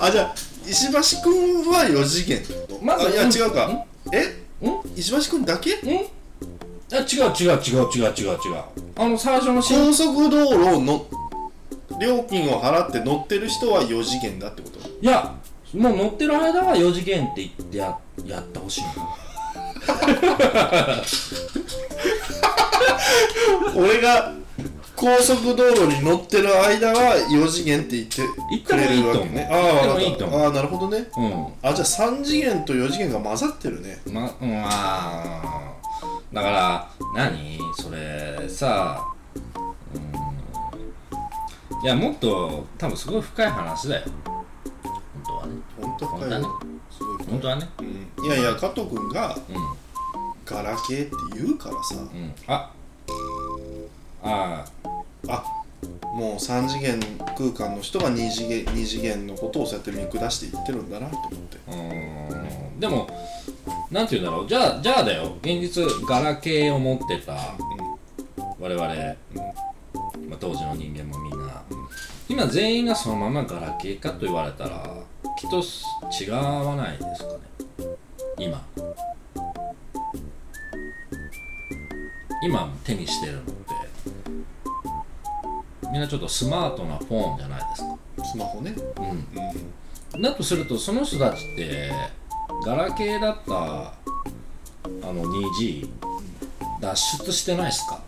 あじゃあ石橋くんは4次元ってことまずあいやうん違うかえん石橋くんだけんあ違う違う違う違う違う違うあの最初の新高速道路の料金を払って乗ってる人は4次元だってこといやもう乗ってる間は4次元って言ってややってほしいな俺が高速道路に乗ってる間は4次元って言ってくれるわけね言ったあらいいと思うあ分かったあ言ってもいいと思うあなるほどねうあじゃあ3次元と4次元が混ざってるねんまうんあーだから何それさうんいやもっと多分すごい深い話だよ本当はね本当か本当よはすごい本当はねうんいやいや加藤君がうんガラケーって言うからさうん、あああもう3次元空間の人が2次元二次元のことをそうやって見下していってるんだなと思ってーうーんでもなんて言うんだろうじゃあじゃあだよ現実ガラケーを持ってた我々、まあ、当時の人間もみんな今全員がそのままガラケーかと言われたらきっと違わないですかね今今手にしてるのってみんなちょっとスマートなフォンじゃないですかスマホね うんうんだとするとその人たちってガラケーだったあの 2G 脱出してないっすか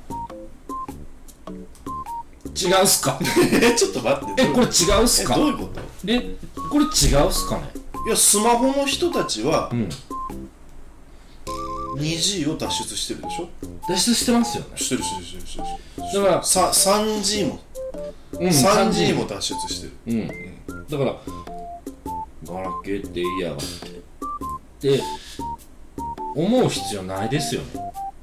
違うっすか えちょっと待ってえどうこれ違うっすかえどういうことえこれ違うっすかねいやスマホの人たちはうん 2G を脱出してるでしょ脱出してますよねしてるしてるしてるしてるだから、さ 3G も、うん、 3G も脱出してるうんだからガラケーって言いやがってって思う必要ないですよね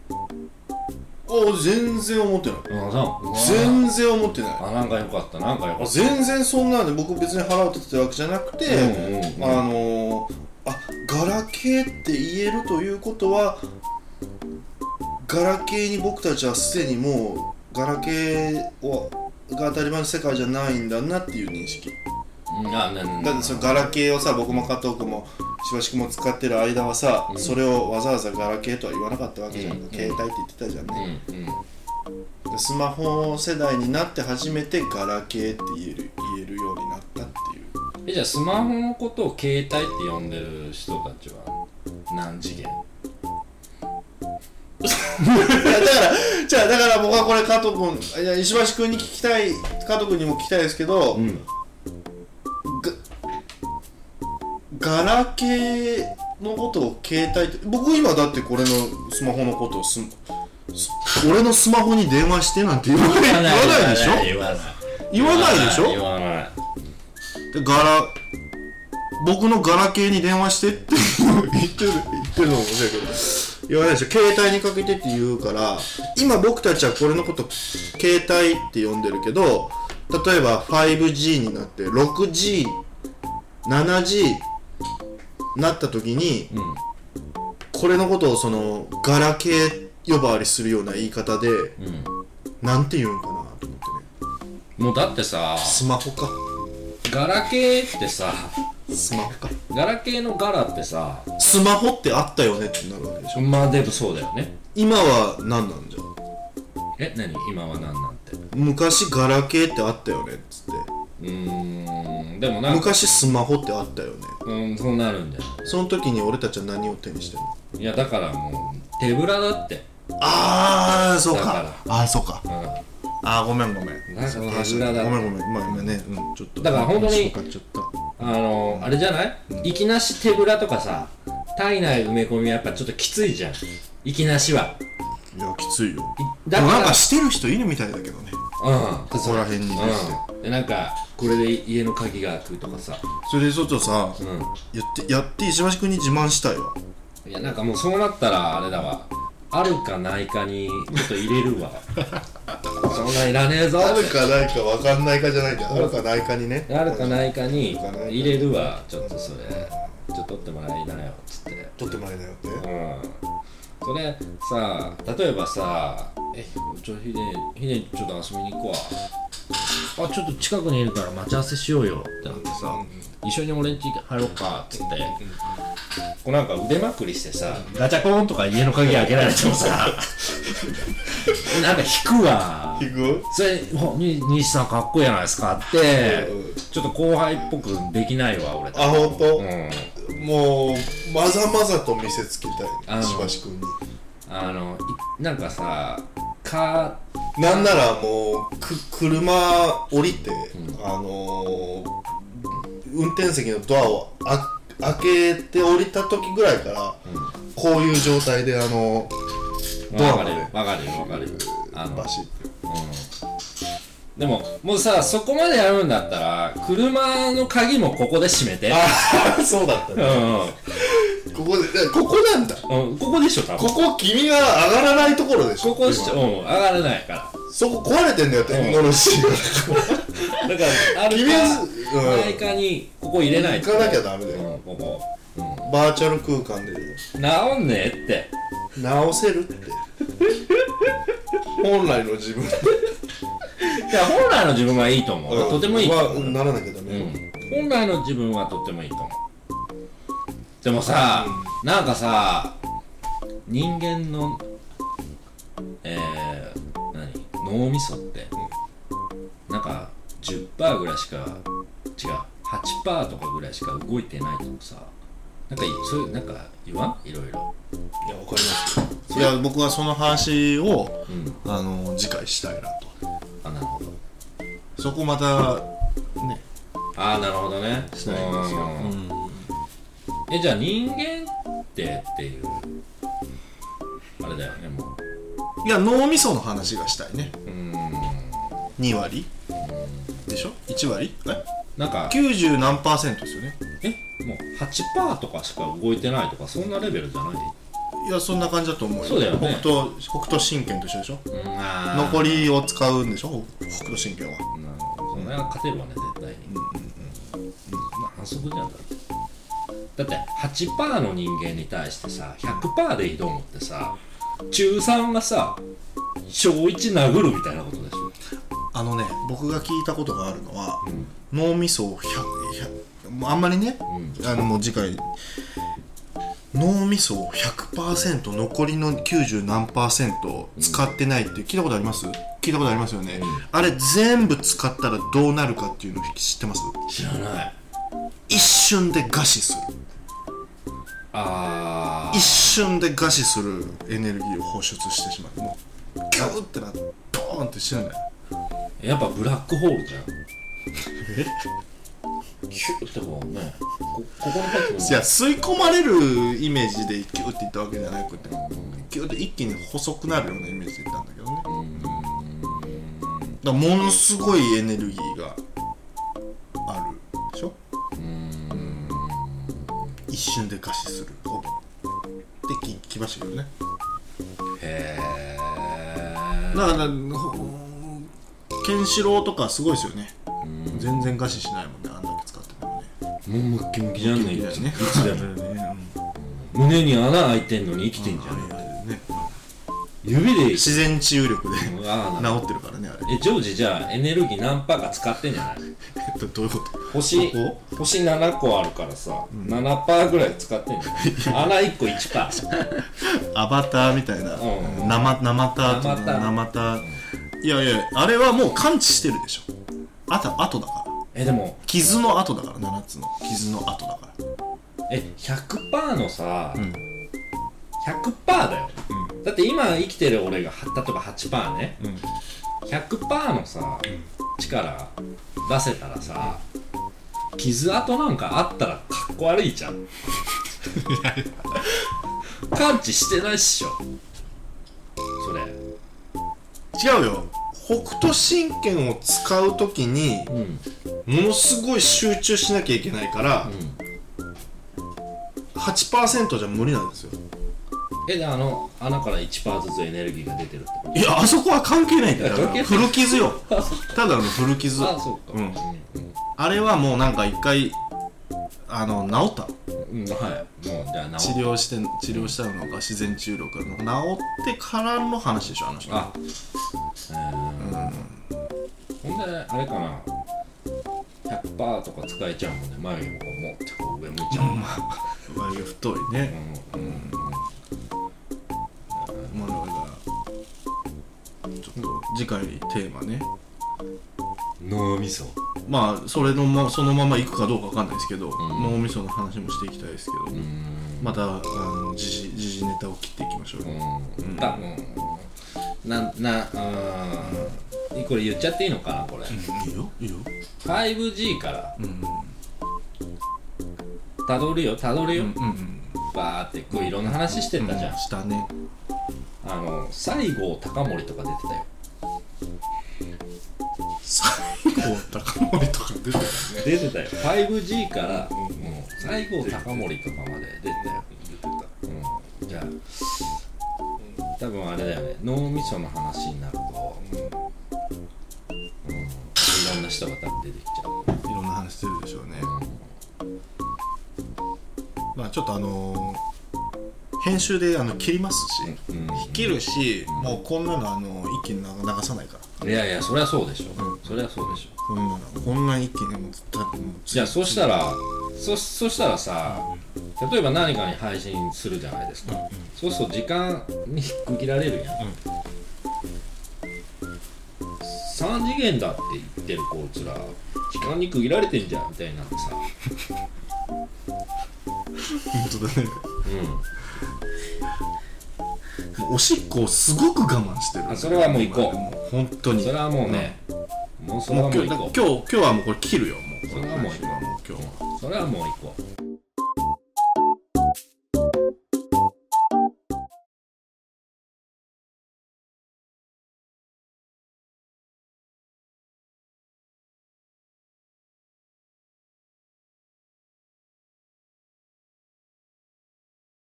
あ全然思ってないうんさうわ全然思ってないあなんかよかったなんかよかあっ全然そんなんで僕別に腹を立てたわけじゃなくて、たうんうんうんあのー、あガラケーって言えるということはガラケーに僕たちはすでにもうガラケーをが当たり前の世界じゃないんだなっていう認識うんあななだってそのガラケーをさ僕も加藤君もしばしくも使ってる間はさ、うんそれをわざわざガラケーとは言わなかったわけじゃん、うん携帯って言ってたじゃんね、うんうんでスマホ世代になって初めてガラケーって言える言えるようになったっていうえじゃあスマホのことを携帯って呼んでる人たちは何次元いやだからじゃあだから僕はこれ加藤君いや石橋君に聞きたい加藤君にも聞きたいですけど、んガラケーのことを携帯って僕今だってこれのスマホのことをすす俺のスマホに電話してなんて言わない言わないでしょ言わない言わないでし言ょわないでガラ僕のガラケーに電話してっていうのを言ってる言ってるのも面白いけど言わないでしょ携帯にかけてって言うから今僕たちはこれのこと携帯って呼んでるけど例えば 5G になって 6G7G なった時にうんこれのことをそのガラケー呼ばわりするような言い方でうんなんて言うんかなと思ってねもうだってさスマホかガラケーってさスマホかガラケーのガラってさスマホってあったよねってなるわけでしょまあでもそうだよね今は何なんじゃんえ何今は何なんてう昔ガラケーってあったよねっつってーんでもなんか昔スマホってあったよねうんそうなるんじゃなその時に俺たちは何を手にしてるのいいやだからもう手ぶらだってああそうだからああそうかうああごめんごめなんかその話手ぶらだごめんごめんまあ今ねうんちょっとだから本当に話向かっちゃったんあのあれじゃないいきなし手ぶらとかさ体内埋め込みはやっぱちょっときついじゃんいきなしはいやきついよいでだかもらなんかしてる人いるみたいだけどねうんここら辺にねうんでなんかこれで家の鍵が開くとかさそれでちょっとさうやってやって石橋君に自慢したいわんいやなんかもうそうなったらあれだわあるかないかにちょっと入れるわそんないらねえぞあるかないか分かんないかじゃないかあるかないかにねあるかないかにあるかないか入れるわちょっとそれちょっと取ってもらいなよっつって取ってもらえないよってうんそれさ例えばさ「えちょひでひでちょっと遊びに行こうわ」あちょっと近くにいるから待ち合わせしようよってなってさ、一緒に俺ん家入ろうかっつって、こうなんか腕まくりしてさ、ガチャコンとか家の鍵開けられてもさなんか引くわ引くそれほに西さんかっこいいじゃないですかってうんちょっと後輩っぽくできないわ俺あほんとうんもうまざまざと見せつけたあいのしばし君にあのいなんかさかなんならもうく車降りて、あのー運転席のドアをあ開けて降りた時ぐらいから、こういう状態であのドアわまかでるよわかるよわかるよあのバシッでももうさそこまでやるんだったら車の鍵もここで閉めてああ そうだったうねんここでえここなんだうん、うん、ここでしょ多分ここ君が上がらないところでしょここでしょ、今うん、上がれないかそこ壊れてんだよテクノロジーがらだからある君はうん前かにここ入れない行かなきゃダメだうよ、んここ、バーチャル空間でうん、直んねえって直せるって本来の自分いや本来の自分はいいと思う、うんとてもいいとは思う、ならなきゃダメ、うん本来の自分はとってもいいと思うでもさ、なんかさ人間のえー、何脳みそって、なんか10%ぐらいしか違う8%とかぐらいしか動いてないとかさなんかいそういうなんか言わんいろいろいやわかりますいや僕はその話を、あの次回したいなとあなるほどそこまたねああなるほどねしたいんですよ、うんえじゃあ人間ってっていうあれだよねもういや脳みその話がしたいねうん2割でしょ1割えなんか90何パーセントですよねえもう8%とかしか動いてないとかそんなレベルじゃないいやそんな感じだと思うよそうだよね北斗北斗神拳と一緒でしょうんあー残りを使うんでしょ北斗神拳はうんそんな勝てるわね絶対にまあ反則じゃんだってだって8%の人間に対してさ100%で挑むってさ中3がさ小1殴るみたいなことでしょあのね僕が聞いたことがあるのは、脳みそを100 100もうあんまりね、あのもう次回脳みそを100%残りの90何パーセント使ってないって聞いたことあります聞いたことありますよね、あれ全部使ったらどうなるかっていうの知ってます知らない一瞬で餓死するあ一瞬で餓死するエネルギーを放出してしまうもうギューってなってボーンって死ぬんだよーやっぱブラックホールじゃんキュッてこうねこここに入ってくるいや吸い込まれるイメージでキューっていったわけじゃなくてキューって一気に細くなるようなイメージでいったんだけどねだからものすごいエネルギーがあるでしょ一瞬で餓死するって聞きましたけどねへだえからほケンシロウとかすごいですよね全然餓死しないもんねあんだけ使ってもねもうムッキムキじゃんねいつねいつでも胸に穴開いてんのに生きてんじゃんね指で 自然治癒力で治うわーなってるからねあれえジョージじゃあエネルギー何パーか使ってんじゃないえっとどういうこと星こ星7個あるからさ、7パーぐらい使ってんじゃない穴1個1パ ーアバターみたいな、うん生生ターと生タ生ターいやいやあれはもう感知してるでしょあとあとだからえでも傷の後だから7つの傷の後だからえ100パーのさ、ん100パーだよ、だって今生きてる俺がは例えば8パーね、100パーのさ、力出せたらさ傷跡なんかあったらかっこ悪いじゃ ん感知してないっしょそれ違うよ北斗神拳を使う時にうんものすごい集中しなきゃいけないから、8%じゃ無理なんですよえであの穴から1パーずつエネルギーが出てるってこいやあそこは関係ないんだよいや関係ない古傷よとあそただの古傷あそうかうんあれはもうなんか一回あの治ったうん、うん、はいもうじゃあ治治る療して治療したのが自然治癒力の治ってからの話でしょあの人あうん、んなあれかな100%とか使えちゃうもんね眉毛もこうもってこう上向いちゃう、眉毛太いね、うんうんまあだからちょっと次回テーマね脳みそまあそれのまそのまま行くかどうかわかんないですけど、ん脳みその話もしていきたいですけど、うんまたあの時事時事ネタを切っていきましょう、うん多分ななうんこれ言っちゃっていいのかなこれいいよいいよ 5G からうんうんたどるよたどるよ、うんバーってこういろんな話してうんたじゃん、した ねあの西郷隆盛とか出てたよ最後高森とか出てたよ ね出てたよ 5G から、もう西郷隆盛とかまで出てたようん、じゃあ多分あれだよね脳みその話になると、うんいろんな人が多分出てきちゃう、いろんな話してるでしょうね、まあちょっとあのー編集であの切りますし、うん切るし、もうこんなのあの一気に流流さないからいやいやそりゃそうでしょ、そりゃそうでしょこんなのこんな一気にもう多分もうじゃあそしたらそそしたらさ例えば何かに配信するじゃないですか、そうすると時間に区切られるやん、3次元だって言ってるこいつら時間に区切られてんじゃんみたいなんでさ、本当だねう もうおしっこをすごく我慢してるあそれはもう行こうう本当ん、にそれはもうね、もうそれもはう今日もう行だこ今日今日はもうこれ切るよもうそれはもう行ここうの話はもう今日はうそれはもう行こ